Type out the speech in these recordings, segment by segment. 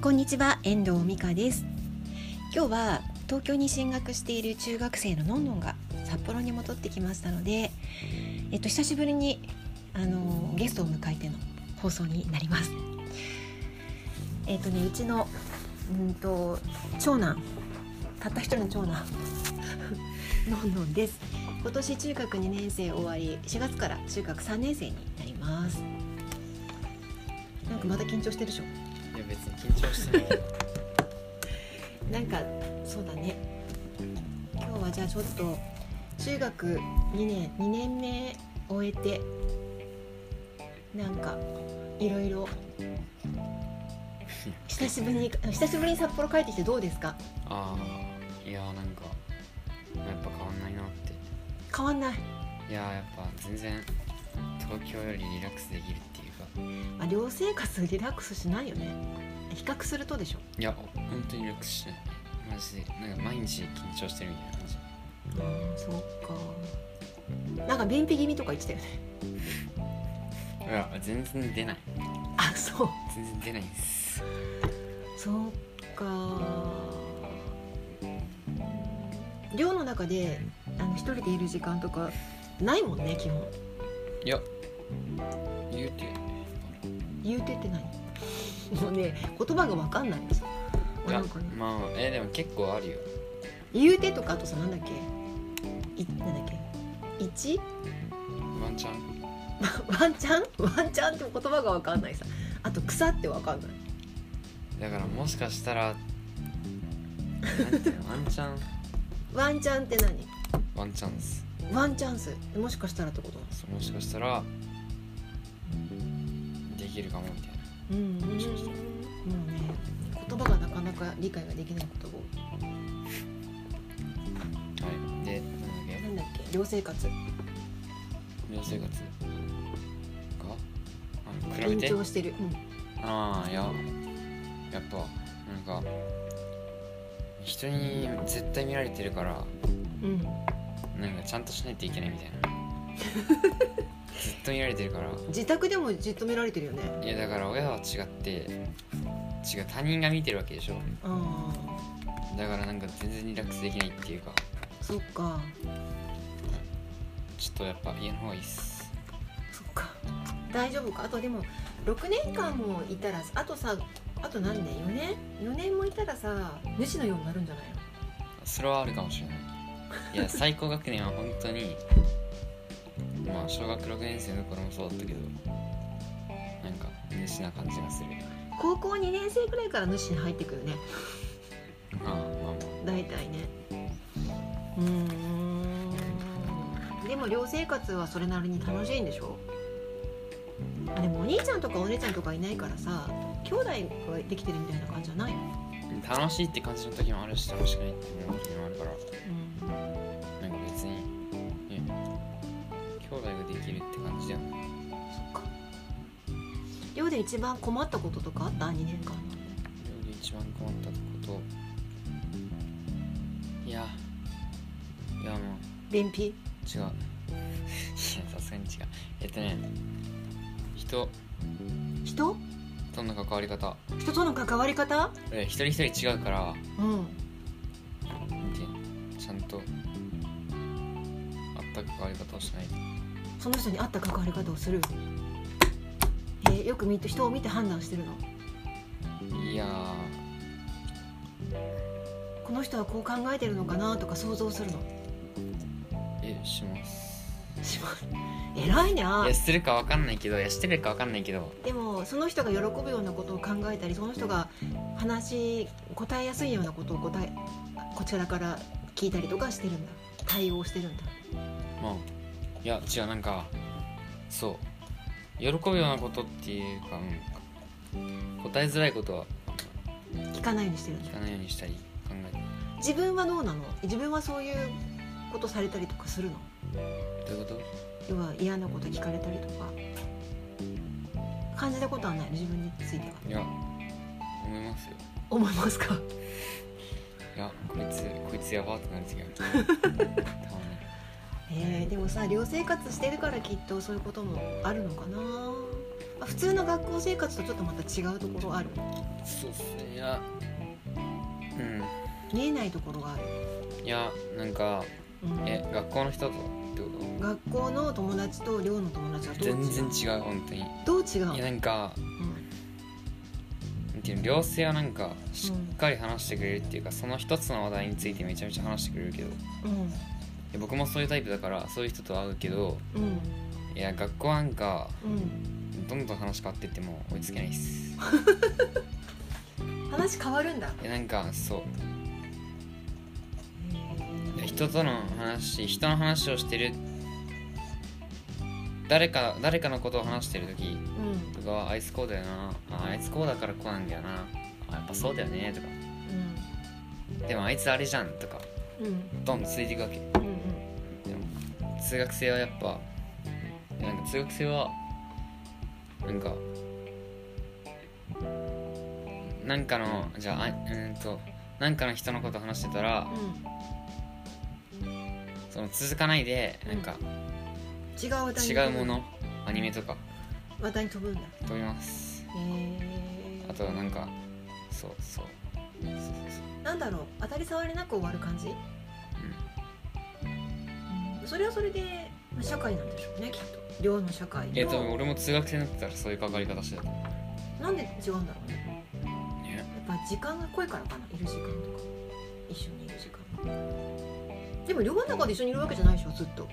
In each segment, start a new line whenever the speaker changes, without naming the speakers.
こんにちは、遠藤美香です今日は東京に進学している中学生ののんのんが札幌に戻ってきましたのでえっと久しぶりにあのゲストを迎えての放送になりますえっとね、うちのうんと長男たった一人の長男 のんのんです今年中学2年生終わり4月から中学3年生になりますなんかまだ緊張してるでしょ
いや別に緊張してない
なんかそうだね今日はじゃあちょっと中学2年2年目終えてなんかいろいろ久しぶ りに久しぶりに札幌帰ってきてどうですか
ああいやなんかやっぱ変わんないなって
変わんない、
いややっぱ全然東京よりリラックスできるっていうか
まあ、寮生活リラックスしないよね比較するとでしょ
いや本当にリラックスしないマジでなんか毎日緊張してるみたいな感じ
そうかなんか便秘気味とか言ってたよね
いや全然出ない
あそう
全然出ないんです
そうか寮の中であの一人でいる時間とかないもんね基本
いや言うて
言うてって何もうね言葉が分かんないんです
いや
なんかね
まあえでも結構あるよ
言うてとかあとさなんだっけいなんだっけ一
ワンチャン
ワンチャンワンチャンって言葉が分かんないさあと草って分かんない
だからもしかしたらなんていうのワンチャン
ワンチャンって何
ワンチャンです
ワンチャンスもしかしたらってこと
そうもしかしたらできるかもみたいな
うんうんもうね言葉がなかなか理解ができないことを
はい、で、なんだっ
なんだっけ寮生活
け、寮生活かあ比べ
緊
て
張してる、
ああ、いや、やっぱ、なんか、人に絶対見られてるから、
うん、うん、
なんかちゃんとしないといけないみたいな。ずっと見られてるから、
自宅でもじっと見られてるよね
いやだから親は違って、違う、他人が見てるわけでしょ。
あ
だからなんか全然リラックスできないっていうか、
あそっか
ちょっとやっぱ家の方がいいっす。
そっか大丈夫かあとでも6年間もいたらあとさあと何年4年4年もいたらさ主のようになるんじゃないの
それはあるかもしれないいや最高学年は本当にまあ小学6年生の頃もそうだったけどなんか主な感じがする
高校2年生くらいから主に入ってくるね
まあまあまあ
大体ねうーんでも寮生活はそれなりに楽しいんでしょあでもお兄ちゃんとかお姉ちゃんとかいないからさ兄弟ができてるみたいな感じじゃないの、
楽しいって感じの時もあるし楽しくないって思う時もあるからなんか別にね兄弟ができるって感じだよね
そっか寮で一番困ったこととかあった2年間
で一番困ったこといやいやもう
便秘
違う いやさすがに違うえっとね人
人
との関わり方
人との関わり方
えー一人一人違うから
うん
なんていうのちゃんとあった関わり方をしないと
その人に合った関わり方をするえーよく見て人を見て判断してるの
いや
この人はこう考えてるのかなとか想像するの
ーえします
します偉いね
いやするかわかんないけどいやしてるかわかんないけど
でもその人が喜ぶようなことを考えたりその人が話答えやすいようなことを答えこちらから聞いたりとかしてるんだ対応してるんだ
まあいや違うなんかそう喜ぶようなことっていうか、うん、答えづらいことは
聞かないようにしてるんだ
聞かないようにしたり考え
自分はどうなの自分はそういうことされたりとかするの
たりどういうこと
要は嫌なこと聞かれたりとか感じたことはないの自分についてはい
や思いますよ
思いますか
いやこいつこいつやばってなる時あるた まに
えーでもさ寮生活してるからきっとそういうこともあるのかなあ普通の学校生活とちょっとまた違うところある
そうっすねいやう
見えないところがある、
んいやなんか
うん
え学校の人とってこ
学校の友達と寮の友達は
と
どう違
全
う
然違う本当に
どう違う
いやなんかなんていうの両性はなんかしっかり話してくれるっていうか、その一つの話題についてめちゃめちゃ話してくれるけどい
うん
や僕もそういうタイプだからそういう人と会うけど
うんうん
いや学校なんか
うん
どんどん話変わってっても追いつけないっす
話変わるんだ
いやなんかそういや人との話人の話をしてる誰か誰かのことを話してる時
うんうん
とかはあいつこうだよなああいつこうだからこうなんだよなあやっぱそうだよねとかでもあいつあれじゃんとか
うん
どんどんついていくわけ
うん
でも通学生はやっぱいやなんか通学生はなんかなんかのじゃああうーんとなんかの人のこと話してたら
うん
その続かないでなんか
違う話題
違
に飛ぶ
うものアニメとか
話題に飛ぶんだへ
飛びます
え
あとはなんかそうそうそうそうそう
なんだろう当たり障りなく終わる感じ、うん、それはそれでまあ社会なんでしょうねきっと寮の社会
えっと
の
俺も通学生になってたらそういう関わり方してたと思
なんで違うんだろうね
うね
やっぱ時間が濃いからかないる時間とか一緒にいる時間でも寮の中で一緒にいるわけじゃないでしょずっと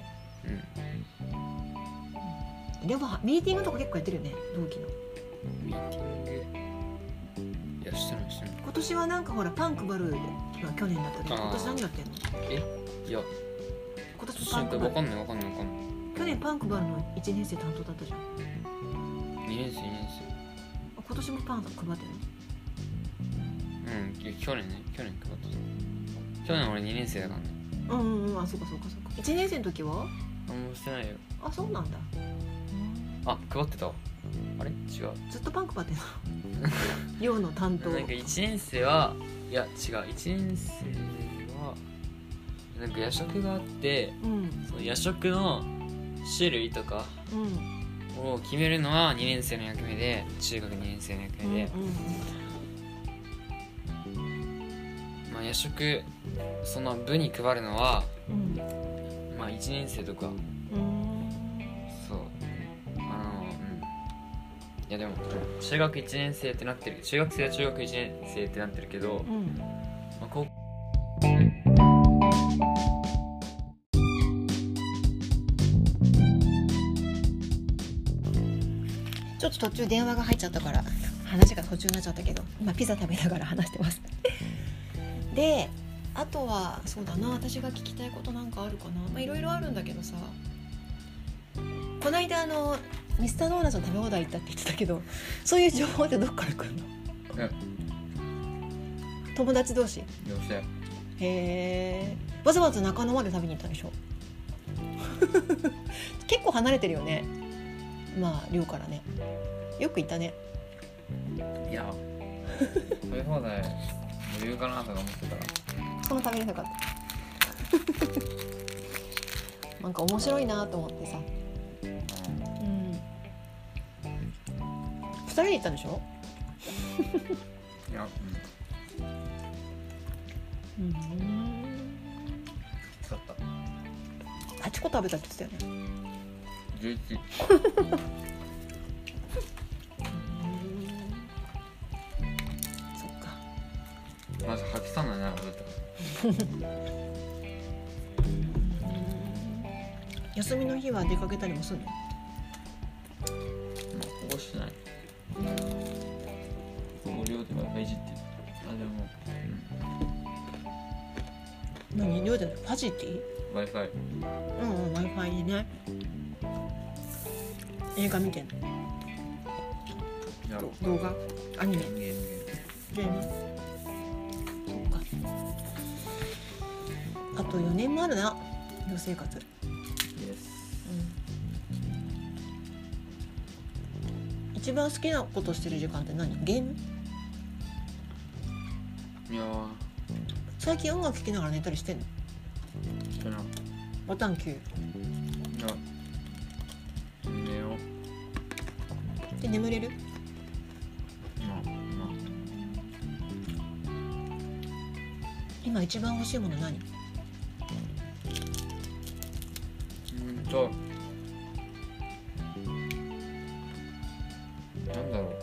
でもミーティングとか結構やってるよね同期の
うんミーティングいやしてないしてない
今年はなんかほらパン配るが去年だったけど
あー
今年何やってんの
いや
今年
ち
パ
ょ
ン
っ
配
と分
る
かんない分かんない分かん
去年パン配るの1年生担当だったじゃん
ない2年生2年
今年もパン配ってんの
生うんいや去年ね去年配ってた去年俺2年生だからね
うんうんうんあそうかそうかそうか1年生の時は
あんましてないよ
あそうなんだ
あ配ってたわあれ違う
ずっとパン配ってんの寮の担当
なんか1年生はいや違う1年生はなんか夜食があって
うん
その夜食の種類とか
うんうん
を決めるのは2年生の役目で中学2年生の役
うん
目で、まあ、夜食その部に配るのは、
うん
まあ、1年生とか
うん
そうあのうんいやでも中学1年生ってなってる中学生は中学1年生ってなってるけど、
うん
まあ、高校
ちょっと途中電話が入っちゃったから話が途中になっちゃったけど今ピザ食べながら話して ますであとはそうだな私が聞きたいことなんかあるかなまあいろいろあるんだけどさこの間あのミスタードーナツの食べ放題行ったって言ってたけどそういう情報ってどっから来るの
え
友達同士へ
どうせ
えわざわざ中野まで食べに行ったん でしょ結構離れてるよねまあ寮からねよく行ったね
いや食べ放題余裕かなとか思ってたら
そんな食べれなかった なんか面白いなと思ってさ、うん、2人で行ったんでしょ、
いや、
うん、
使った
8個食べたって言ってたよね
11
そっか
マジ吐きそうになるな俺だった
休みの日は出かけたりもするの
まあ保護しない無料で Wi-Fi いじってるあでも、
何寮じゃないファジティ
Wi-Fi
うんうん w i f i でね映画見てんの
やろう
動画アニメ
ゲーム
ゲームそうかあと4年もあるな寮生活
ゲーム Yes
一番好きなことしてる時間って何ゲーム
いやー
最近音楽聴きながら寝たりしてんの
してない
ボタン9
いや寝よう
で眠れる
まあま
今一番欲しいもの何
あうんとなんだろう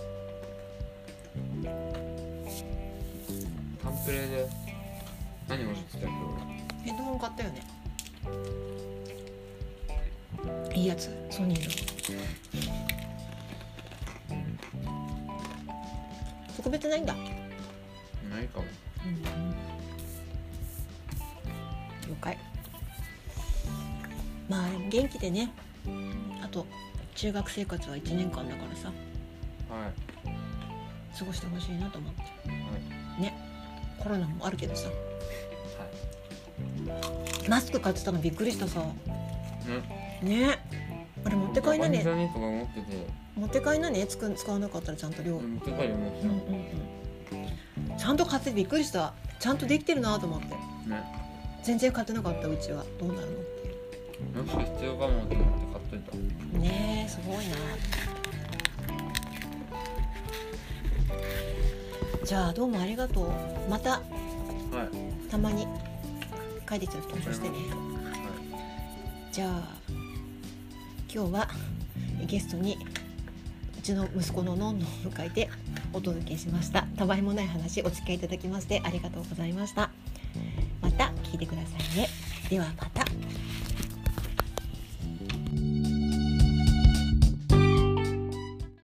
カンプレで何欲しいって言ったっ
ヘッドホン買ったよねいいやつソニーの特別ないんだ、
け俺ないかも
了解まあ元気でねあと中学生活は1年間だからさ
はいは
過ごしてほしいなと思って
い
ねコロナもあるけどさ
はい
マスク買ってたのびっくりしたさ
ね、
ねあれ持って帰んなね
バニラニとか持ってて、
持って帰んなねつく使わなかったらちゃんと量、
持ってたよもちろん。
うんちゃんと買ってびっくりしたちゃんとできてるなと思って
ね、
全然買ってなかったうちはどうなるのってい
なんか必要かもと思って買っという
ねえすごいなじゃあどうもありがとうまた
た。はい。
たまに帰ってきたら登場してね
は
じゃあ今日はゲストにうちの息子ののんのを迎えてお届けしましたたわいもない話お付き合いいただきましてありがとうございましたまた聞いてくださいねではまた